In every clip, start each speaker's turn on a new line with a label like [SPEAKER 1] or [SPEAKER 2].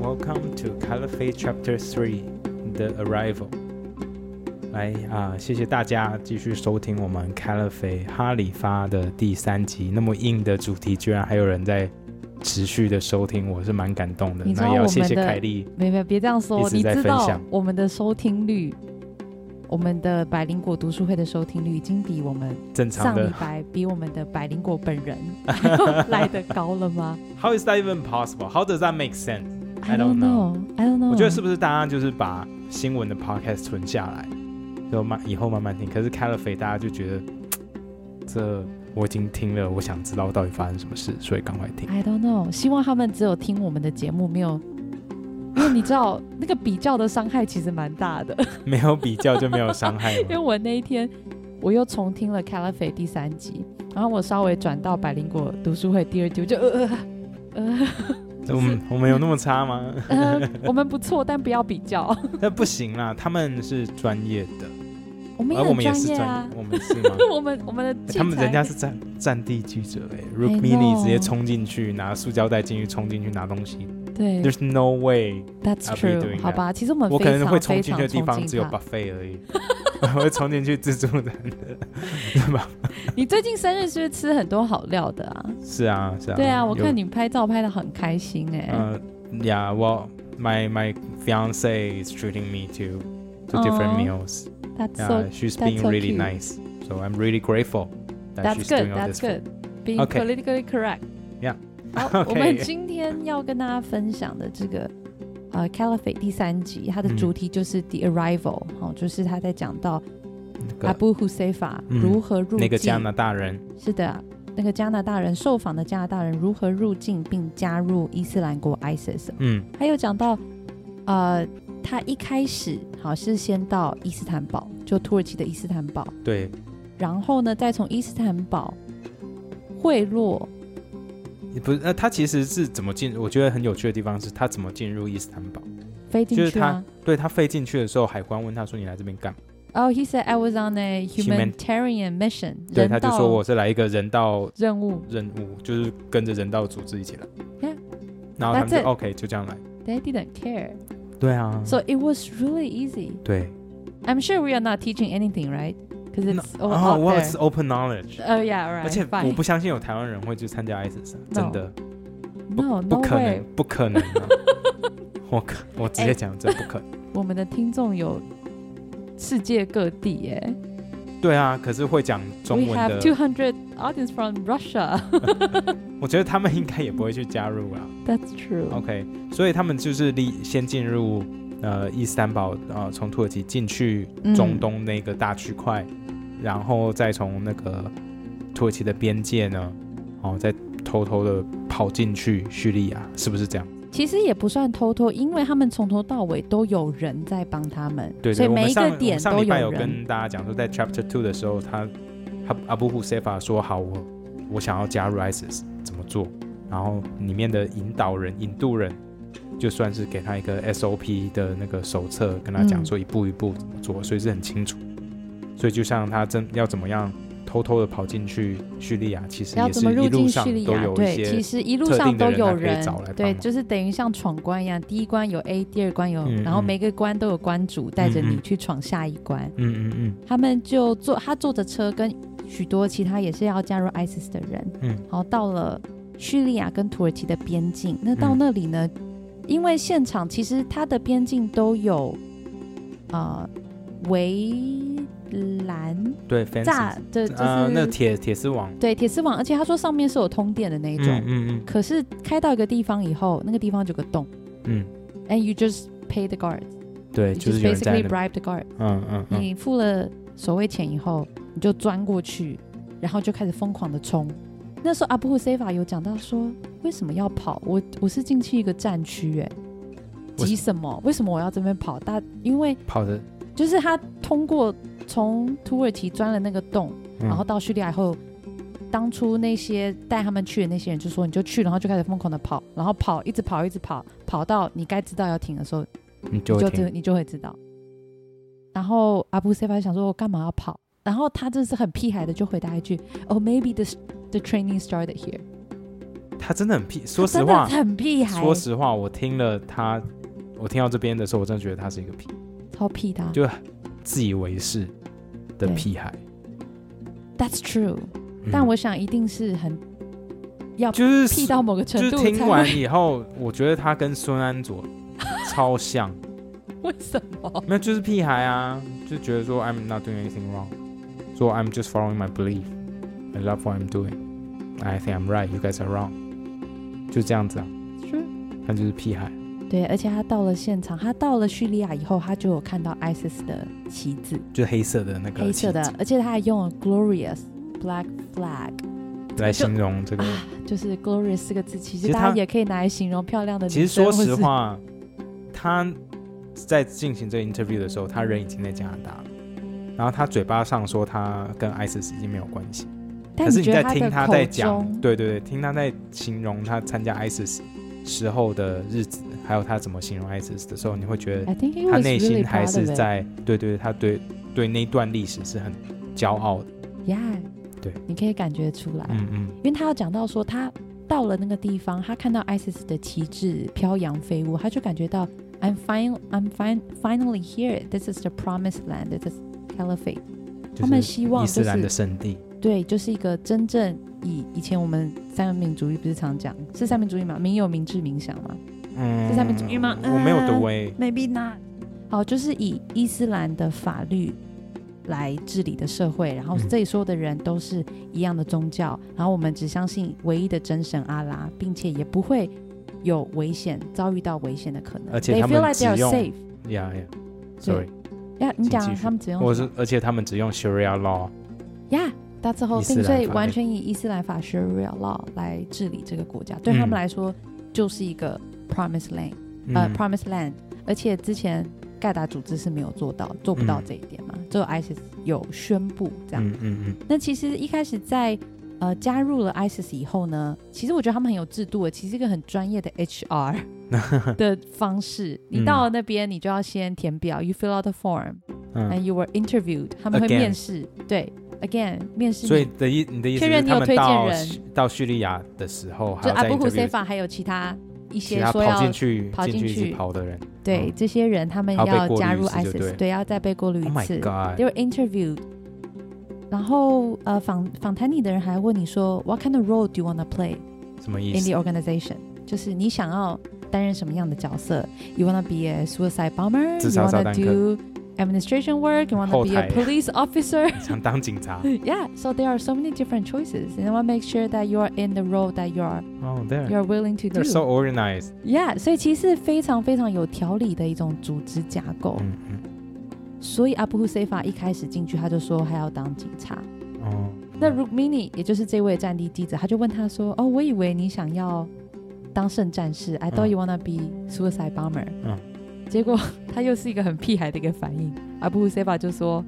[SPEAKER 1] Welcome to Caliphate Chapter Three: The Arrival。来啊、谢谢大家继续收听我们 Caliphate 哈里发的第三集。那么硬的主题，居然还有人在持续的收听，我是蛮感动的。
[SPEAKER 2] 你知道
[SPEAKER 1] 那也要谢谢
[SPEAKER 2] 我们的
[SPEAKER 1] 凯莉，
[SPEAKER 2] 没有没有，别这样
[SPEAKER 1] 一
[SPEAKER 2] 说。
[SPEAKER 1] 直
[SPEAKER 2] 你
[SPEAKER 1] 在
[SPEAKER 2] 知
[SPEAKER 1] 分
[SPEAKER 2] 道
[SPEAKER 1] 享
[SPEAKER 2] 我们的收听率，我们的百灵果读书会的收听率已经比我们
[SPEAKER 1] 正常
[SPEAKER 2] 上
[SPEAKER 1] 的
[SPEAKER 2] 礼。拜比我们的百灵果本 人来的高了吗
[SPEAKER 1] How is that even possible? How does that make sense？I
[SPEAKER 2] ？I
[SPEAKER 1] don't
[SPEAKER 2] don't know, I don't know。
[SPEAKER 1] 我觉得是不是大家就是把新闻的 podcast 存下来，就慢以后慢慢听。可是 Caliphate 大家就觉得嘖这我已经听了，我想知道到底发生什么事，所以赶快听。
[SPEAKER 2] I don't know。希望他们只有听我们的节目，没有， 因为你知道那个比较的伤害其实蛮 大的。
[SPEAKER 1] 没有比较就没有伤害
[SPEAKER 2] 因为
[SPEAKER 1] 嘛。
[SPEAKER 2] 我那一天我又重听了《Caliphate》第三集，然后我稍微转到百灵果读书会第二集，我就呃呃
[SPEAKER 1] 我们嗯我们有那么差吗？
[SPEAKER 2] 呃呃，我们不错，但不要比较，
[SPEAKER 1] 那不行啦，他们是专业的，
[SPEAKER 2] 我们
[SPEAKER 1] 而我
[SPEAKER 2] 很
[SPEAKER 1] 们也
[SPEAKER 2] 专
[SPEAKER 1] 是
[SPEAKER 2] 业
[SPEAKER 1] 专
[SPEAKER 2] 啊。
[SPEAKER 1] 我们是 吗？
[SPEAKER 2] 我们我们的器材
[SPEAKER 1] 他们人家是战战地记者哎、r u k
[SPEAKER 2] I
[SPEAKER 1] m i n i
[SPEAKER 2] know
[SPEAKER 1] 直接冲进去拿塑胶袋进去冲进去拿东西
[SPEAKER 2] 对
[SPEAKER 1] ，There's no way
[SPEAKER 2] ，That's
[SPEAKER 1] I'll be doing
[SPEAKER 2] true，
[SPEAKER 1] that
[SPEAKER 2] 好吧？其实我们
[SPEAKER 1] 我可能会冲
[SPEAKER 2] 非
[SPEAKER 1] 进
[SPEAKER 2] 常
[SPEAKER 1] 去的
[SPEAKER 2] 非
[SPEAKER 1] 地
[SPEAKER 2] 常
[SPEAKER 1] 方
[SPEAKER 2] 崇
[SPEAKER 1] 只有
[SPEAKER 2] 敬他
[SPEAKER 1] buffet 而已， 我会冲进去自助餐的，对吧？
[SPEAKER 2] 你最近生日是不是吃很多好料的啊？
[SPEAKER 1] 是啊，是啊。
[SPEAKER 2] 对啊，我
[SPEAKER 1] 有
[SPEAKER 2] 看。你拍照拍的很开心哎、
[SPEAKER 1] 呃，Yeah, well, my my fiance is treating me to to different
[SPEAKER 2] 哦
[SPEAKER 1] meals.
[SPEAKER 2] That's so
[SPEAKER 1] Yeah, Uh, she's
[SPEAKER 2] that's
[SPEAKER 1] being
[SPEAKER 2] so
[SPEAKER 1] really
[SPEAKER 2] cute.
[SPEAKER 1] nice, so I'm really grateful that
[SPEAKER 2] That's
[SPEAKER 1] she's
[SPEAKER 2] good.
[SPEAKER 1] doing all this.
[SPEAKER 2] That's
[SPEAKER 1] for-
[SPEAKER 2] good. Being
[SPEAKER 1] Okay.
[SPEAKER 2] politically correct.
[SPEAKER 1] Yeah.
[SPEAKER 2] 好，我 们
[SPEAKER 1] Okay.
[SPEAKER 2] 今天要跟大家分享的这个呃《Caliphate》第三集，它的
[SPEAKER 1] 嗯
[SPEAKER 2] 主题就是《The Arrival》，哦，就是他在讲到
[SPEAKER 1] 那个
[SPEAKER 2] 阿布胡塞法
[SPEAKER 1] 嗯
[SPEAKER 2] 如何入
[SPEAKER 1] 那个加
[SPEAKER 2] 境。
[SPEAKER 1] 拿大人，
[SPEAKER 2] 是的，那个加拿大人受访的加拿大人如何入境并加入伊斯兰国 ISIS，
[SPEAKER 1] 嗯
[SPEAKER 2] 还有讲到呃，他一开始好是先到伊斯坦堡，就土耳其的伊斯坦堡。
[SPEAKER 1] 对，
[SPEAKER 2] 然后呢，再从伊斯坦堡贿赂，
[SPEAKER 1] 不是，那他其实是怎么进？我觉得很有趣的地方是他怎么进入伊斯坦堡。
[SPEAKER 2] 飞进
[SPEAKER 1] 就是
[SPEAKER 2] 去
[SPEAKER 1] 他
[SPEAKER 2] 啊。
[SPEAKER 1] 对他飞进去的时候，海关问他说：“你来这边干嘛？”
[SPEAKER 2] Oh, he said I was on a humanitarian mission.
[SPEAKER 1] 对，
[SPEAKER 2] 人
[SPEAKER 1] 他就
[SPEAKER 2] 道
[SPEAKER 1] 说我是来一个人道
[SPEAKER 2] 任务。
[SPEAKER 1] 任务，就是跟着人道组织一起来。
[SPEAKER 2] Yeah.
[SPEAKER 1] 然后他们
[SPEAKER 2] That's
[SPEAKER 1] 就
[SPEAKER 2] it.
[SPEAKER 1] OK，就这样来。
[SPEAKER 2] They didn't care,
[SPEAKER 1] 对啊
[SPEAKER 2] so it was really easy.
[SPEAKER 1] 对，
[SPEAKER 2] I'm sure we are not teaching anything, right? Because it's all
[SPEAKER 1] 哦
[SPEAKER 2] out
[SPEAKER 1] ，Well,
[SPEAKER 2] there.
[SPEAKER 1] it's open knowledge。
[SPEAKER 2] Oh yeah, right.
[SPEAKER 1] 而且我
[SPEAKER 2] fine.
[SPEAKER 1] 不相信有台湾人会去参加 ISIS，啊
[SPEAKER 2] No
[SPEAKER 1] 真的
[SPEAKER 2] no,
[SPEAKER 1] 不
[SPEAKER 2] no
[SPEAKER 1] 可
[SPEAKER 2] way.
[SPEAKER 1] 能，不可能啊。我可，我直接讲，这不可能。
[SPEAKER 2] 我们的听众有世界各地耶。
[SPEAKER 1] 对啊，可是会讲
[SPEAKER 2] We
[SPEAKER 1] 中
[SPEAKER 2] have
[SPEAKER 1] 文的，
[SPEAKER 2] 200 audience from Russia.
[SPEAKER 1] 我觉得他们应该也不会去加入啦。
[SPEAKER 2] That's true.
[SPEAKER 1] OK，所以他们就是立先进入呃伊斯坦堡，呃，从土耳其进去中
[SPEAKER 2] 嗯
[SPEAKER 1] 东那个大区块，然后再从那个土耳其的边界呢，哦，再偷偷的跑进去叙利亚，是不是这样？
[SPEAKER 2] 其实也不算偷偷，因为他们从头到尾都有人在帮他们，
[SPEAKER 1] 对对，
[SPEAKER 2] 所以
[SPEAKER 1] 我们
[SPEAKER 2] 每一
[SPEAKER 1] 上我
[SPEAKER 2] 个
[SPEAKER 1] 们
[SPEAKER 2] 点
[SPEAKER 1] 上
[SPEAKER 2] 都
[SPEAKER 1] 礼拜有
[SPEAKER 2] 人。
[SPEAKER 1] 跟大家讲说，在 Chapter Two 的时候，他他阿布胡塞法说好，我我想要加入 ISIS 怎么做？然后里面的引导人、引渡人，就算是给他一个 SOP 的那个手册，跟他讲
[SPEAKER 2] 嗯
[SPEAKER 1] 说一步一步怎么做，所以是很清楚。所以就像他真要怎么样偷偷的跑进去叙利亚，其实
[SPEAKER 2] 要
[SPEAKER 1] 也
[SPEAKER 2] 怎
[SPEAKER 1] 是
[SPEAKER 2] 么入
[SPEAKER 1] 一路
[SPEAKER 2] 境
[SPEAKER 1] 上
[SPEAKER 2] 叙利
[SPEAKER 1] 都
[SPEAKER 2] 亚？
[SPEAKER 1] 有一
[SPEAKER 2] 对，其
[SPEAKER 1] 些
[SPEAKER 2] 实一路
[SPEAKER 1] 特
[SPEAKER 2] 上
[SPEAKER 1] 定的
[SPEAKER 2] 都
[SPEAKER 1] 人
[SPEAKER 2] 有
[SPEAKER 1] 还可以找来帮
[SPEAKER 2] 对，
[SPEAKER 1] 忙
[SPEAKER 2] 就是等于像闯关一样，第一关有 A，第二关有，
[SPEAKER 1] 嗯
[SPEAKER 2] 然后
[SPEAKER 1] 嗯
[SPEAKER 2] 每个关都有关主带着
[SPEAKER 1] 嗯
[SPEAKER 2] 你
[SPEAKER 1] 嗯
[SPEAKER 2] 去闯下一关。
[SPEAKER 1] 嗯嗯嗯
[SPEAKER 2] 他们就坐他坐着车跟许多其他也是要加入 ISIS 的人，
[SPEAKER 1] 嗯
[SPEAKER 2] 然后到了叙利亚跟土耳其的边境。那到
[SPEAKER 1] 嗯
[SPEAKER 2] 那里呢，因为现场其实它的边境都有呃围栏
[SPEAKER 1] 对 f a
[SPEAKER 2] 栅的，就是、
[SPEAKER 1] 啊，那铁铁丝网
[SPEAKER 2] 对铁丝网，而且他说上面是有通电的那一种。
[SPEAKER 1] 嗯嗯
[SPEAKER 2] 可是开到一个地方以后，那个地方就有个洞
[SPEAKER 1] 嗯
[SPEAKER 2] ，and you just pay the guards，
[SPEAKER 1] 嗯，对，
[SPEAKER 2] you
[SPEAKER 1] 就是
[SPEAKER 2] just
[SPEAKER 1] 有人在
[SPEAKER 2] basically
[SPEAKER 1] 那边
[SPEAKER 2] bribe the guard。
[SPEAKER 1] 嗯嗯嗯，
[SPEAKER 2] 你付了所谓钱以后，你就钻过去，然后就开始疯狂的冲。那时候阿布胡塞法有讲到说，为什么要跑？我我是进去一个战区，哎，
[SPEAKER 1] 为
[SPEAKER 2] 急什么？为什么我要这边跑？大因为
[SPEAKER 1] 跑的，
[SPEAKER 2] 就是他通过从土耳其钻了那个洞，
[SPEAKER 1] 嗯
[SPEAKER 2] 然后到叙利亚以后。当初那些带他们去的那些人就说你就去，然后就开始疯狂的跑，然后跑，一直跑，一直跑，跑到你该知道要停的时候，
[SPEAKER 1] 嗯你就
[SPEAKER 2] 你
[SPEAKER 1] 会
[SPEAKER 2] 就
[SPEAKER 1] 停
[SPEAKER 2] 知，你就会知道。然后阿布塞法就想说，我干嘛要跑？然后他真是很屁孩的，就回答一句，Oh, maybe the the training started here。
[SPEAKER 1] 他真的很屁，说实
[SPEAKER 2] 真的
[SPEAKER 1] 话，
[SPEAKER 2] 很屁孩，
[SPEAKER 1] 说实话，我听了他，我听到这边的时候，我真的觉得他是一个屁，
[SPEAKER 2] 超屁的啊、
[SPEAKER 1] 就自以为是的
[SPEAKER 2] 对
[SPEAKER 1] 屁孩。
[SPEAKER 2] That's true，、
[SPEAKER 1] 嗯
[SPEAKER 2] 但我想一定是很要
[SPEAKER 1] 就是
[SPEAKER 2] 屁到某个程
[SPEAKER 1] 就是
[SPEAKER 2] 度才
[SPEAKER 1] 听完
[SPEAKER 2] 会。
[SPEAKER 1] 以后，我觉得他跟孙安佐超像，
[SPEAKER 2] 为什么？
[SPEAKER 1] 没有就是屁孩啊，就觉得说 I'm not doing anything wrong，说 I'm just following my belief, I love what I'm doing, I think I'm right, you guys are wrong，就这样子啊，他就是屁孩。
[SPEAKER 2] 对，而且他到了现场，他到了叙利亚以后，他就有看到 ISIS 的旗子，
[SPEAKER 1] 就是黑色的那个
[SPEAKER 2] 黑色的
[SPEAKER 1] 呃旗子，
[SPEAKER 2] 而且他还用了 glorious black flag，
[SPEAKER 1] 来形容这个。
[SPEAKER 2] 就是 glorious 四个字，其
[SPEAKER 1] 其
[SPEAKER 2] 实
[SPEAKER 1] 实
[SPEAKER 2] 大
[SPEAKER 1] 他
[SPEAKER 2] 家也可以拿来形容漂亮的女
[SPEAKER 1] 其实
[SPEAKER 2] 生。
[SPEAKER 1] 说
[SPEAKER 2] 或
[SPEAKER 1] 实
[SPEAKER 2] 是，
[SPEAKER 1] 话，他在进行这个 interview 的时候，他人已经在加拿大了，然后他嘴巴上说他跟 ISIS 已经没有关系，
[SPEAKER 2] 但
[SPEAKER 1] 可是你
[SPEAKER 2] 觉得
[SPEAKER 1] 在
[SPEAKER 2] 他
[SPEAKER 1] 听
[SPEAKER 2] 的
[SPEAKER 1] 他
[SPEAKER 2] 口
[SPEAKER 1] 在讲
[SPEAKER 2] 中，，
[SPEAKER 1] 对对对，听他在形容他参加 ISIS 时候的日子，还有他怎么形容 ISIS 的时候，你会觉得
[SPEAKER 2] I think he
[SPEAKER 1] 他
[SPEAKER 2] was
[SPEAKER 1] 内心
[SPEAKER 2] really
[SPEAKER 1] 还
[SPEAKER 2] proud
[SPEAKER 1] 是
[SPEAKER 2] of it
[SPEAKER 1] 在，对对，对他对对那段历史是很骄傲的，
[SPEAKER 2] Yeah，
[SPEAKER 1] 对，
[SPEAKER 2] 你可以感觉出来，
[SPEAKER 1] 嗯嗯，
[SPEAKER 2] 因为他有讲到说，他到了那个地方，他看到 ISIS 的旗帜飘扬飞舞，他就感觉到 I'm fine, I'm fine, finally here. This is the promised land. This is caliphate.
[SPEAKER 1] 就
[SPEAKER 2] 他们
[SPEAKER 1] 是
[SPEAKER 2] 希望
[SPEAKER 1] 伊
[SPEAKER 2] 就
[SPEAKER 1] 斯兰的
[SPEAKER 2] 是
[SPEAKER 1] 圣地，
[SPEAKER 2] 对，就是一个真正以以前我们三民主义不是常讲是三民主义嘛，民有民治民享嘛
[SPEAKER 1] 嗯，
[SPEAKER 2] 是他们主义吗
[SPEAKER 1] 我没有
[SPEAKER 2] 嗯
[SPEAKER 1] 读欸诶，
[SPEAKER 2] ，Maybe not。好，就是以伊斯兰的法律来治理的社会，然后
[SPEAKER 1] 嗯
[SPEAKER 2] 这里所有的人都是一样的宗教，然后我们只相信唯一的真神阿拉，并且也不会有危险，遭遇到危险的可能。
[SPEAKER 1] 而且
[SPEAKER 2] They
[SPEAKER 1] 他们
[SPEAKER 2] feel like they
[SPEAKER 1] 只
[SPEAKER 2] are
[SPEAKER 1] 用
[SPEAKER 2] safe。
[SPEAKER 1] 呀呀，sorry。
[SPEAKER 2] 呀，你
[SPEAKER 1] 请
[SPEAKER 2] 讲
[SPEAKER 1] 继续
[SPEAKER 2] 啊，他们只用
[SPEAKER 1] 我是，而且他们只用 Sharia law，
[SPEAKER 2] 呀。That's the whole
[SPEAKER 1] 伊斯
[SPEAKER 2] thing，
[SPEAKER 1] 兰
[SPEAKER 2] 所以
[SPEAKER 1] 法
[SPEAKER 2] 完
[SPEAKER 1] 律
[SPEAKER 2] 全以伊斯兰法 Sharia law 来治理这个国家，对他们
[SPEAKER 1] 嗯
[SPEAKER 2] 来说就是一个 promised land。呃
[SPEAKER 1] 嗯，
[SPEAKER 2] Promised Land，而且之前盖达组织是没有做到，做不到这一点嘛，只有 ISIS 有宣布这样。
[SPEAKER 1] 嗯嗯
[SPEAKER 2] 那其实一开始在呃加入了 ISIS 以后呢，其实我觉得他们很有制度的，其实一个很专业的 HR 的方式。你到了那边，你就要先填表，you fill out the form
[SPEAKER 1] 嗯嗯，
[SPEAKER 2] and you were interviewed，他们会
[SPEAKER 1] Again
[SPEAKER 2] 面试，对，again 面试你。
[SPEAKER 1] 所以的意你的意思
[SPEAKER 2] 确
[SPEAKER 1] 是
[SPEAKER 2] 认你有
[SPEAKER 1] 他们
[SPEAKER 2] 推荐
[SPEAKER 1] 到
[SPEAKER 2] 人
[SPEAKER 1] 叙到叙利亚的时候，还
[SPEAKER 2] 就
[SPEAKER 1] 要
[SPEAKER 2] 阿
[SPEAKER 1] 在
[SPEAKER 2] 布胡
[SPEAKER 1] interview
[SPEAKER 2] 塞法还有其他一
[SPEAKER 1] 其
[SPEAKER 2] 些
[SPEAKER 1] 他
[SPEAKER 2] 说
[SPEAKER 1] 跑
[SPEAKER 2] 要
[SPEAKER 1] 进去
[SPEAKER 2] 跑进
[SPEAKER 1] 进一
[SPEAKER 2] 去
[SPEAKER 1] 直跑的人
[SPEAKER 2] 对、
[SPEAKER 1] 嗯
[SPEAKER 2] 这些人，他们
[SPEAKER 1] 还要被
[SPEAKER 2] 要
[SPEAKER 1] 过
[SPEAKER 2] 加
[SPEAKER 1] 滤
[SPEAKER 2] 入
[SPEAKER 1] 一次就
[SPEAKER 2] ISIS，
[SPEAKER 1] 对
[SPEAKER 2] 对要再被过滤
[SPEAKER 1] ，Oh
[SPEAKER 2] 一
[SPEAKER 1] my
[SPEAKER 2] 次。
[SPEAKER 1] God，
[SPEAKER 2] They were interviewed，然后呃访访谈你的人还问你说 What kind of role do you wanna play
[SPEAKER 1] 什么
[SPEAKER 2] in
[SPEAKER 1] 意
[SPEAKER 2] the
[SPEAKER 1] 思？
[SPEAKER 2] organization？就是你想要担任什么样的角色？You wanna be a suicide bomber？You
[SPEAKER 1] 自杀炸
[SPEAKER 2] wanna
[SPEAKER 1] 弹
[SPEAKER 2] do administration work？You
[SPEAKER 1] 后
[SPEAKER 2] wanna be
[SPEAKER 1] 台
[SPEAKER 2] a police officer？
[SPEAKER 1] 想当警 察
[SPEAKER 2] Yeah, so there are so many different choices, and I want to make sure that you are in the role that you are
[SPEAKER 1] 哦
[SPEAKER 2] you
[SPEAKER 1] ，there
[SPEAKER 2] are willing to
[SPEAKER 1] they're so
[SPEAKER 2] do.
[SPEAKER 1] organized，
[SPEAKER 2] Yeah，所以其实是非常非常有条理的一种组织架构。
[SPEAKER 1] 嗯嗯
[SPEAKER 2] 所以阿布胡塞法一开始进去，他就说他要当警察。
[SPEAKER 1] 哦，
[SPEAKER 2] 那 Rukmini，也就是这位战地记者，他就问他说：“哦，我以为你想要当圣战士，I thought you wanna be suicide bomber。”
[SPEAKER 1] 嗯，
[SPEAKER 2] 结果 他又是一个很屁孩的一个反应。阿布 s e b a 就说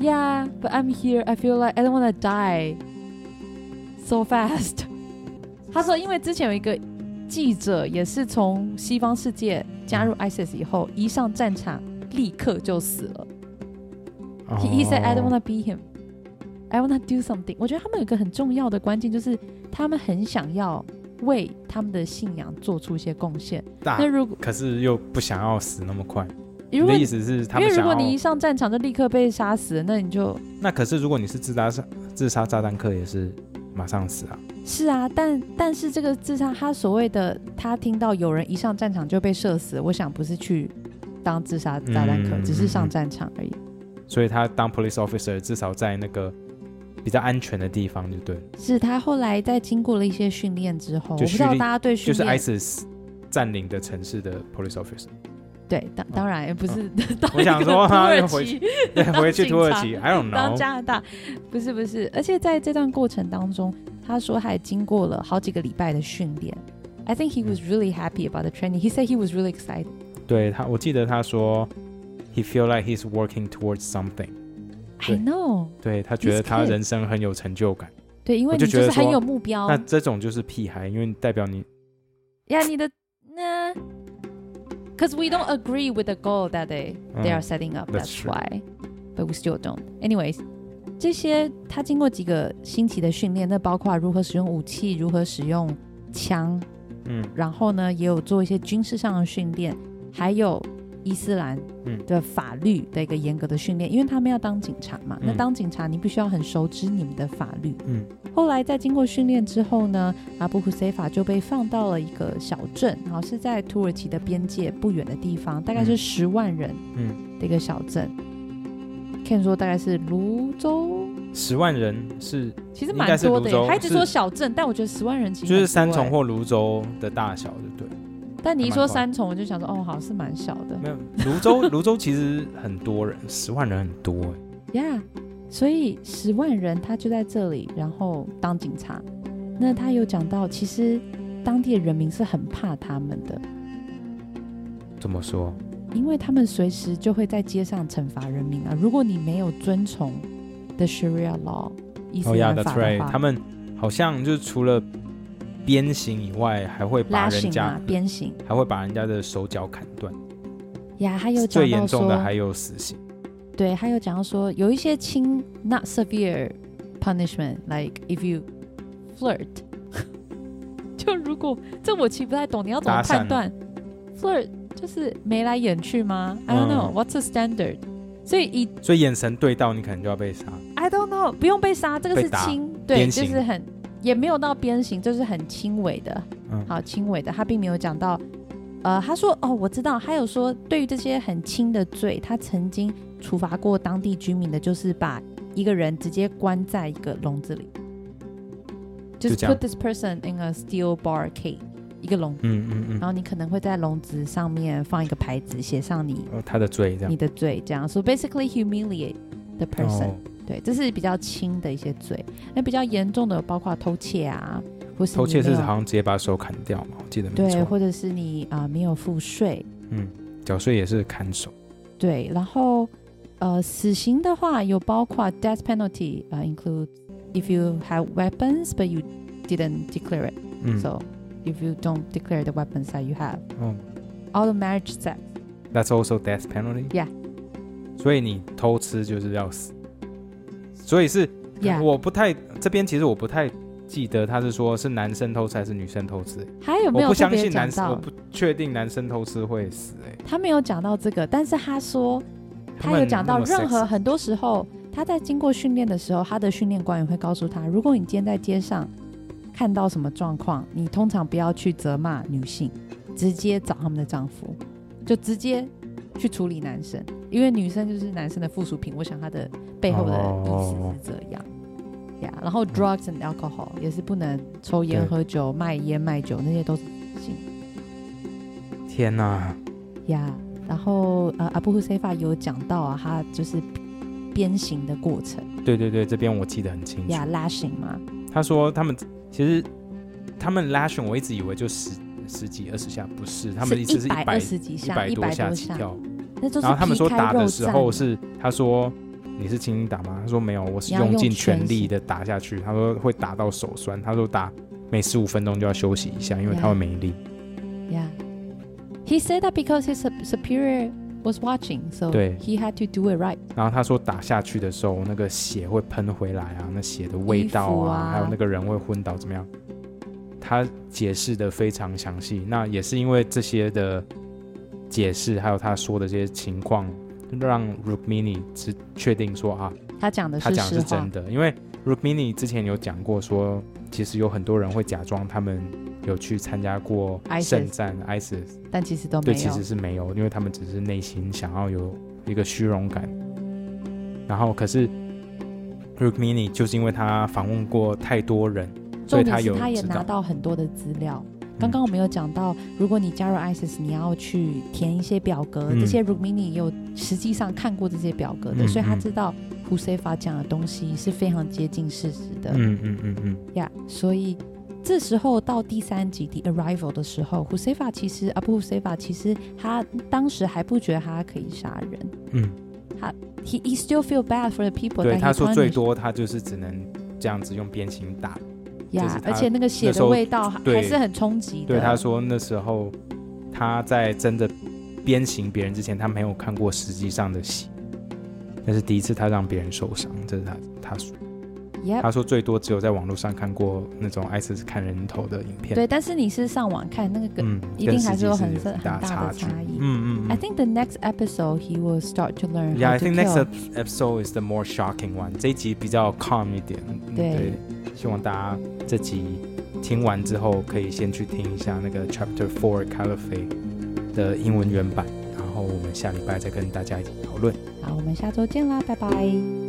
[SPEAKER 2] ：“Yeah, but I'm here. I feel like I don't wanna die so fast。”他说：“因为之前有一个记者也是从西方世界加入 ISIS 以后，一上战场立刻就死了。” He, he said, I don't
[SPEAKER 1] 哦
[SPEAKER 2] wanna be him. I wanna do something. 我觉得他们有一个很重要的关键，就是他们很想要为他们的信仰做出一些贡献。那
[SPEAKER 1] 大，
[SPEAKER 2] 如果
[SPEAKER 1] 可是又不想要死那么快。啊你
[SPEAKER 2] 如果
[SPEAKER 1] 的意
[SPEAKER 2] 你
[SPEAKER 1] 思是他
[SPEAKER 2] 因
[SPEAKER 1] 们
[SPEAKER 2] 为如
[SPEAKER 1] 想
[SPEAKER 2] 果你一
[SPEAKER 1] 要？
[SPEAKER 2] 上战场就立刻被杀死，那你就
[SPEAKER 1] 那可是如果你是自杀自杀炸弹客，也是马上死啊。
[SPEAKER 2] 是啊。但但是这个自杀，他所谓的他听到有人一上战场就被射死，我想不是去当自杀炸弹客，
[SPEAKER 1] 嗯
[SPEAKER 2] 只是上
[SPEAKER 1] 嗯
[SPEAKER 2] 战场而已。
[SPEAKER 1] 所以他当 police officer 至少在那个比较安全的地方就对了，
[SPEAKER 2] 是他后来在经过了一些训练之后，我
[SPEAKER 1] 就
[SPEAKER 2] 不知道
[SPEAKER 1] 训
[SPEAKER 2] 大
[SPEAKER 1] 练
[SPEAKER 2] 家对
[SPEAKER 1] 就
[SPEAKER 2] 训
[SPEAKER 1] 是
[SPEAKER 2] 练
[SPEAKER 1] ISIS 占领的城市的 police officer。
[SPEAKER 2] 对当当然也不是当
[SPEAKER 1] 哦我想
[SPEAKER 2] 一个
[SPEAKER 1] 说
[SPEAKER 2] 土
[SPEAKER 1] 他
[SPEAKER 2] 耳
[SPEAKER 1] 又回
[SPEAKER 2] 其
[SPEAKER 1] 对，
[SPEAKER 2] 当
[SPEAKER 1] 回去
[SPEAKER 2] 警
[SPEAKER 1] 土耳
[SPEAKER 2] 察
[SPEAKER 1] 其，I don't
[SPEAKER 2] 当
[SPEAKER 1] know。
[SPEAKER 2] 加拿大，不是不是，而且在这段过程当中，他说还经过了好几个礼拜的训练。I think he was really happy about the training. He said he was really excited.
[SPEAKER 1] 对他，我记得他说，he feel like he's working towards something 对
[SPEAKER 2] I know，
[SPEAKER 1] 对。他觉得
[SPEAKER 2] This
[SPEAKER 1] 他
[SPEAKER 2] kid
[SPEAKER 1] 人生很有成就感。
[SPEAKER 2] 对，因为
[SPEAKER 1] 我
[SPEAKER 2] 你
[SPEAKER 1] 就觉
[SPEAKER 2] 就
[SPEAKER 1] 得
[SPEAKER 2] 是很
[SPEAKER 1] 说
[SPEAKER 2] 有目标
[SPEAKER 1] 那这种就是屁孩，因为代表你
[SPEAKER 2] 呀，你的那。Because we don't
[SPEAKER 1] 嗯
[SPEAKER 2] agree with the goal that they they are setting up.
[SPEAKER 1] that's
[SPEAKER 2] That's
[SPEAKER 1] true.
[SPEAKER 2] why, but we still don't. Anyways, 这些他经过几个星期的训练，那包括如何使用武器，如何使用枪，
[SPEAKER 1] 嗯
[SPEAKER 2] 然后呢，也有做一些军事上的训练，还有伊斯兰
[SPEAKER 1] 嗯
[SPEAKER 2] 的法律的一个严格的训练，因为他们要当警察嘛。那
[SPEAKER 1] 嗯
[SPEAKER 2] 当警察，你必须要很熟知你们的法律。
[SPEAKER 1] 嗯。
[SPEAKER 2] 后来在经过训练之后呢，阿布胡塞法就被放到了一个小镇，然后是在土耳其的边界不远的地方，大概是
[SPEAKER 1] 嗯
[SPEAKER 2] 十万人
[SPEAKER 1] 嗯，
[SPEAKER 2] 的一个小镇。Ken 说大概是泸州，
[SPEAKER 1] 十万人是
[SPEAKER 2] 其实
[SPEAKER 1] 应
[SPEAKER 2] 蛮
[SPEAKER 1] 该是
[SPEAKER 2] 多
[SPEAKER 1] 泸
[SPEAKER 2] 的耶
[SPEAKER 1] 州，
[SPEAKER 2] 他一直
[SPEAKER 1] 是
[SPEAKER 2] 说小镇，但我觉得十万人其实
[SPEAKER 1] 就是
[SPEAKER 2] 很
[SPEAKER 1] 三
[SPEAKER 2] 多
[SPEAKER 1] 重
[SPEAKER 2] 耶
[SPEAKER 1] 或泸州的大小，对不对？
[SPEAKER 2] 但你
[SPEAKER 1] 还
[SPEAKER 2] 一
[SPEAKER 1] 蛮
[SPEAKER 2] 说
[SPEAKER 1] 快
[SPEAKER 2] 三重，我就想说，哦，好是蛮小的
[SPEAKER 1] 没有，泸州泸州其实很多人，十万人很多哎。
[SPEAKER 2] ，Yeah。所以十万人他就在这里，然后当警察。那他有讲到，其实当地的人民是很怕他们的，
[SPEAKER 1] 怎么说？
[SPEAKER 2] 因为他们随时就会在街上惩罚人民啊。如果你没有遵从 the Sharia law 伊斯
[SPEAKER 1] 哦呀
[SPEAKER 2] 兰
[SPEAKER 1] ，That's
[SPEAKER 2] 法的
[SPEAKER 1] right，
[SPEAKER 2] 话，
[SPEAKER 1] 他们好像就是除了鞭刑以外，还会把
[SPEAKER 2] 拉
[SPEAKER 1] 人
[SPEAKER 2] 刑
[SPEAKER 1] 家
[SPEAKER 2] 啊，鞭刑
[SPEAKER 1] 还会把人家的手脚砍断，
[SPEAKER 2] 呀，还有
[SPEAKER 1] 最严
[SPEAKER 2] 讲到
[SPEAKER 1] 重
[SPEAKER 2] 说，
[SPEAKER 1] 的还有死刑。
[SPEAKER 2] 对，还有讲到说有一些轻 not severe punishment，like if you flirt，就如果这我其实不太懂，你要怎
[SPEAKER 1] 搭
[SPEAKER 2] 么
[SPEAKER 1] 讪啊
[SPEAKER 2] 判断 flirt 就是眉来眼去吗？I don't
[SPEAKER 1] 嗯
[SPEAKER 2] know、what's the standard。所以以
[SPEAKER 1] 所以眼神对到，你可能就要被杀。
[SPEAKER 2] I don't know 不用被杀，这个是
[SPEAKER 1] 被打
[SPEAKER 2] 轻，对，
[SPEAKER 1] 鞭
[SPEAKER 2] 就
[SPEAKER 1] 刑
[SPEAKER 2] 是很也没有到鞭刑，就是很轻微的，
[SPEAKER 1] 嗯
[SPEAKER 2] 好轻微的，他并没有讲到。呃，他说哦，我知道，还有说对于这些很轻的罪，他曾经处罚过当地居民的，就是把一个人直接关在一个笼子里，就是
[SPEAKER 1] 这样
[SPEAKER 2] put this person in a steel bar cage，一个笼，
[SPEAKER 1] 嗯嗯
[SPEAKER 2] 然后你可能会在笼子上面放一个牌子，写上你
[SPEAKER 1] 嗯，哦他的罪这样
[SPEAKER 2] 你。的罪，这样，so basically humiliate the person、
[SPEAKER 1] 哦，
[SPEAKER 2] 对，这是比较轻的一些罪。那比较严重的有包括偷窃啊，或是
[SPEAKER 1] 偷窃
[SPEAKER 2] 你没
[SPEAKER 1] 是
[SPEAKER 2] 有
[SPEAKER 1] 好像直接把手砍掉嘛，我记得没
[SPEAKER 2] 对，
[SPEAKER 1] 错。
[SPEAKER 2] 或者是你啊、呃没有付税，
[SPEAKER 1] 缴税也是砍手。
[SPEAKER 2] 对。然后呃，死刑的话有包括 death penalty，呃，include if you have weapons but you didn't declare it，so、
[SPEAKER 1] 嗯，
[SPEAKER 2] if you don't declare the weapons that you have，
[SPEAKER 1] 哦
[SPEAKER 2] all the marriage sex，
[SPEAKER 1] That's also death penalty.
[SPEAKER 2] Yeah.
[SPEAKER 1] 所以你偷吃就是要死。所以是
[SPEAKER 2] Yeah
[SPEAKER 1] 我不太这边其实我不太记得他是说是男生偷吃还是女生偷吃。
[SPEAKER 2] 还有没
[SPEAKER 1] 我
[SPEAKER 2] 有
[SPEAKER 1] 不
[SPEAKER 2] 特
[SPEAKER 1] 相
[SPEAKER 2] 别
[SPEAKER 1] 信
[SPEAKER 2] 讲
[SPEAKER 1] 男生，我
[SPEAKER 2] 到？
[SPEAKER 1] 不确定男生偷吃会死哎、欸。
[SPEAKER 2] 他没有讲到这个，但是他说
[SPEAKER 1] 们
[SPEAKER 2] 他有讲到，
[SPEAKER 1] 那么
[SPEAKER 2] 任何
[SPEAKER 1] sexist
[SPEAKER 2] 很多时候，他在经过训练的时候，他的训练官员会告诉他，如果你今天在街上看到什么状况，你通常不要去责骂女性，直接找他们的丈夫，就直接去处理男生，因为女生就是男生的附属品。我想他的背后的
[SPEAKER 1] 哦
[SPEAKER 2] 意思是这样。呀，然后 drugs and alcohol 也是不能抽烟、
[SPEAKER 1] 对
[SPEAKER 2] 喝酒、卖烟、卖酒，那些都是性。
[SPEAKER 1] 天哪、
[SPEAKER 2] 呀然后呃，阿布胡塞法有讲到啊，他就是鞭刑的过程
[SPEAKER 1] 对对对，这边我记得很清楚。
[SPEAKER 2] 呀，拉刑嘛，
[SPEAKER 1] 他说他们其实他们 lashing，我一直以为就十十几二十下，不是，他们的意思是
[SPEAKER 2] 一
[SPEAKER 1] 一
[SPEAKER 2] 百
[SPEAKER 1] 百
[SPEAKER 2] 二十几
[SPEAKER 1] 一
[SPEAKER 2] 下，
[SPEAKER 1] 百
[SPEAKER 2] 一
[SPEAKER 1] 多
[SPEAKER 2] 百
[SPEAKER 1] 下
[SPEAKER 2] 多
[SPEAKER 1] 起
[SPEAKER 2] 下，
[SPEAKER 1] 跳。
[SPEAKER 2] 那就是
[SPEAKER 1] 然后他们说
[SPEAKER 2] 皮开
[SPEAKER 1] 打的
[SPEAKER 2] 肉
[SPEAKER 1] 时
[SPEAKER 2] 绽
[SPEAKER 1] 候是，他说你是轻轻打吗？他说没有，我是
[SPEAKER 2] 你要用
[SPEAKER 1] 尽
[SPEAKER 2] 全
[SPEAKER 1] 全力
[SPEAKER 2] 力
[SPEAKER 1] 的打下去。他说会打到手酸，他说打每十五分钟就要休息一下，因为他会没力。
[SPEAKER 2] yeah. He said that because his sup- superior was watching, so
[SPEAKER 1] 对
[SPEAKER 2] he had to do it right.
[SPEAKER 1] 然后他说打下去的时候，那个血会喷回来啊，那血的味道
[SPEAKER 2] 衣服
[SPEAKER 1] 啊，
[SPEAKER 2] 啊
[SPEAKER 1] 还有那个人会昏倒怎么样？他解释的非常详细。那也是因为这些的解释，还有他说的这些情况，让 Rukmini 只确定说啊，
[SPEAKER 2] 他讲的
[SPEAKER 1] 他
[SPEAKER 2] 呃是
[SPEAKER 1] 讲的
[SPEAKER 2] 实
[SPEAKER 1] 是
[SPEAKER 2] 话
[SPEAKER 1] 真，的，因为 Rukmini 之前有讲过说，其实有很多人会假装他们有去参加过
[SPEAKER 2] ISIS
[SPEAKER 1] 圣战 ISIS，
[SPEAKER 2] 但其实都没
[SPEAKER 1] 对，
[SPEAKER 2] 有。
[SPEAKER 1] 其实是没有，因为他们只是内心想要有一个虚荣感。然后可是 Rukmini 就是因为他访问过太多人，嗯所
[SPEAKER 2] 重
[SPEAKER 1] 以
[SPEAKER 2] 点
[SPEAKER 1] 他
[SPEAKER 2] 是
[SPEAKER 1] 有
[SPEAKER 2] 他也
[SPEAKER 1] 知
[SPEAKER 2] 拿
[SPEAKER 1] 道。
[SPEAKER 2] 到很多的资料。刚刚我们有讲到，如果你加入 ISIS，你要去填一些表格，
[SPEAKER 1] 嗯
[SPEAKER 2] 这些 Rumini 有实际上看过这些表格的，
[SPEAKER 1] 嗯
[SPEAKER 2] 所以他
[SPEAKER 1] 嗯
[SPEAKER 2] 知道胡塞法讲的东西是非常接近事实的。
[SPEAKER 1] 嗯嗯嗯嗯，
[SPEAKER 2] 呀所以这时候到第三集《The Arrival》的时候，胡塞法其实阿布胡塞法其实他当时还不觉得他可以杀人，
[SPEAKER 1] 嗯，
[SPEAKER 2] he he still feel bad for the people，
[SPEAKER 1] 对，
[SPEAKER 2] that he
[SPEAKER 1] 他说最
[SPEAKER 2] punished
[SPEAKER 1] 多他就是只能这样子用鞭刑打。就是
[SPEAKER 2] 呀，
[SPEAKER 1] 他
[SPEAKER 2] 而且那个血
[SPEAKER 1] 那时
[SPEAKER 2] 的
[SPEAKER 1] 候
[SPEAKER 2] 味道还
[SPEAKER 1] 对
[SPEAKER 2] 还是很冲击的。
[SPEAKER 1] 对，他说那时候他在真的鞭刑别人之前，他没有看过实际上的血，但是第一次他让别人受伤，这是他他说，
[SPEAKER 2] Yep，
[SPEAKER 1] 他说最多只有在网络上看过那种艾斯斯看人头的影片，
[SPEAKER 2] 对，但是你是上网看那个跟，
[SPEAKER 1] 嗯，
[SPEAKER 2] 一
[SPEAKER 1] 跟
[SPEAKER 2] 定
[SPEAKER 1] 实
[SPEAKER 2] 还
[SPEAKER 1] 际
[SPEAKER 2] 是有很
[SPEAKER 1] 有很
[SPEAKER 2] 很大的
[SPEAKER 1] 差距，
[SPEAKER 2] 差异哎
[SPEAKER 1] 嗯嗯
[SPEAKER 2] I think the next episode he will start to learn.
[SPEAKER 1] Yeah,
[SPEAKER 2] how
[SPEAKER 1] I
[SPEAKER 2] to
[SPEAKER 1] think next
[SPEAKER 2] kill.
[SPEAKER 1] ep- episode is the more shocking one。这一集比较 calm 一点，嗯
[SPEAKER 2] 对
[SPEAKER 1] 希望大家这集听完之后，可以先去听一下那个 Chapter Four Caliphate 的英文原版，然后我们下礼拜再跟大家一起讨论。
[SPEAKER 2] 好，我们下周见啦，拜拜。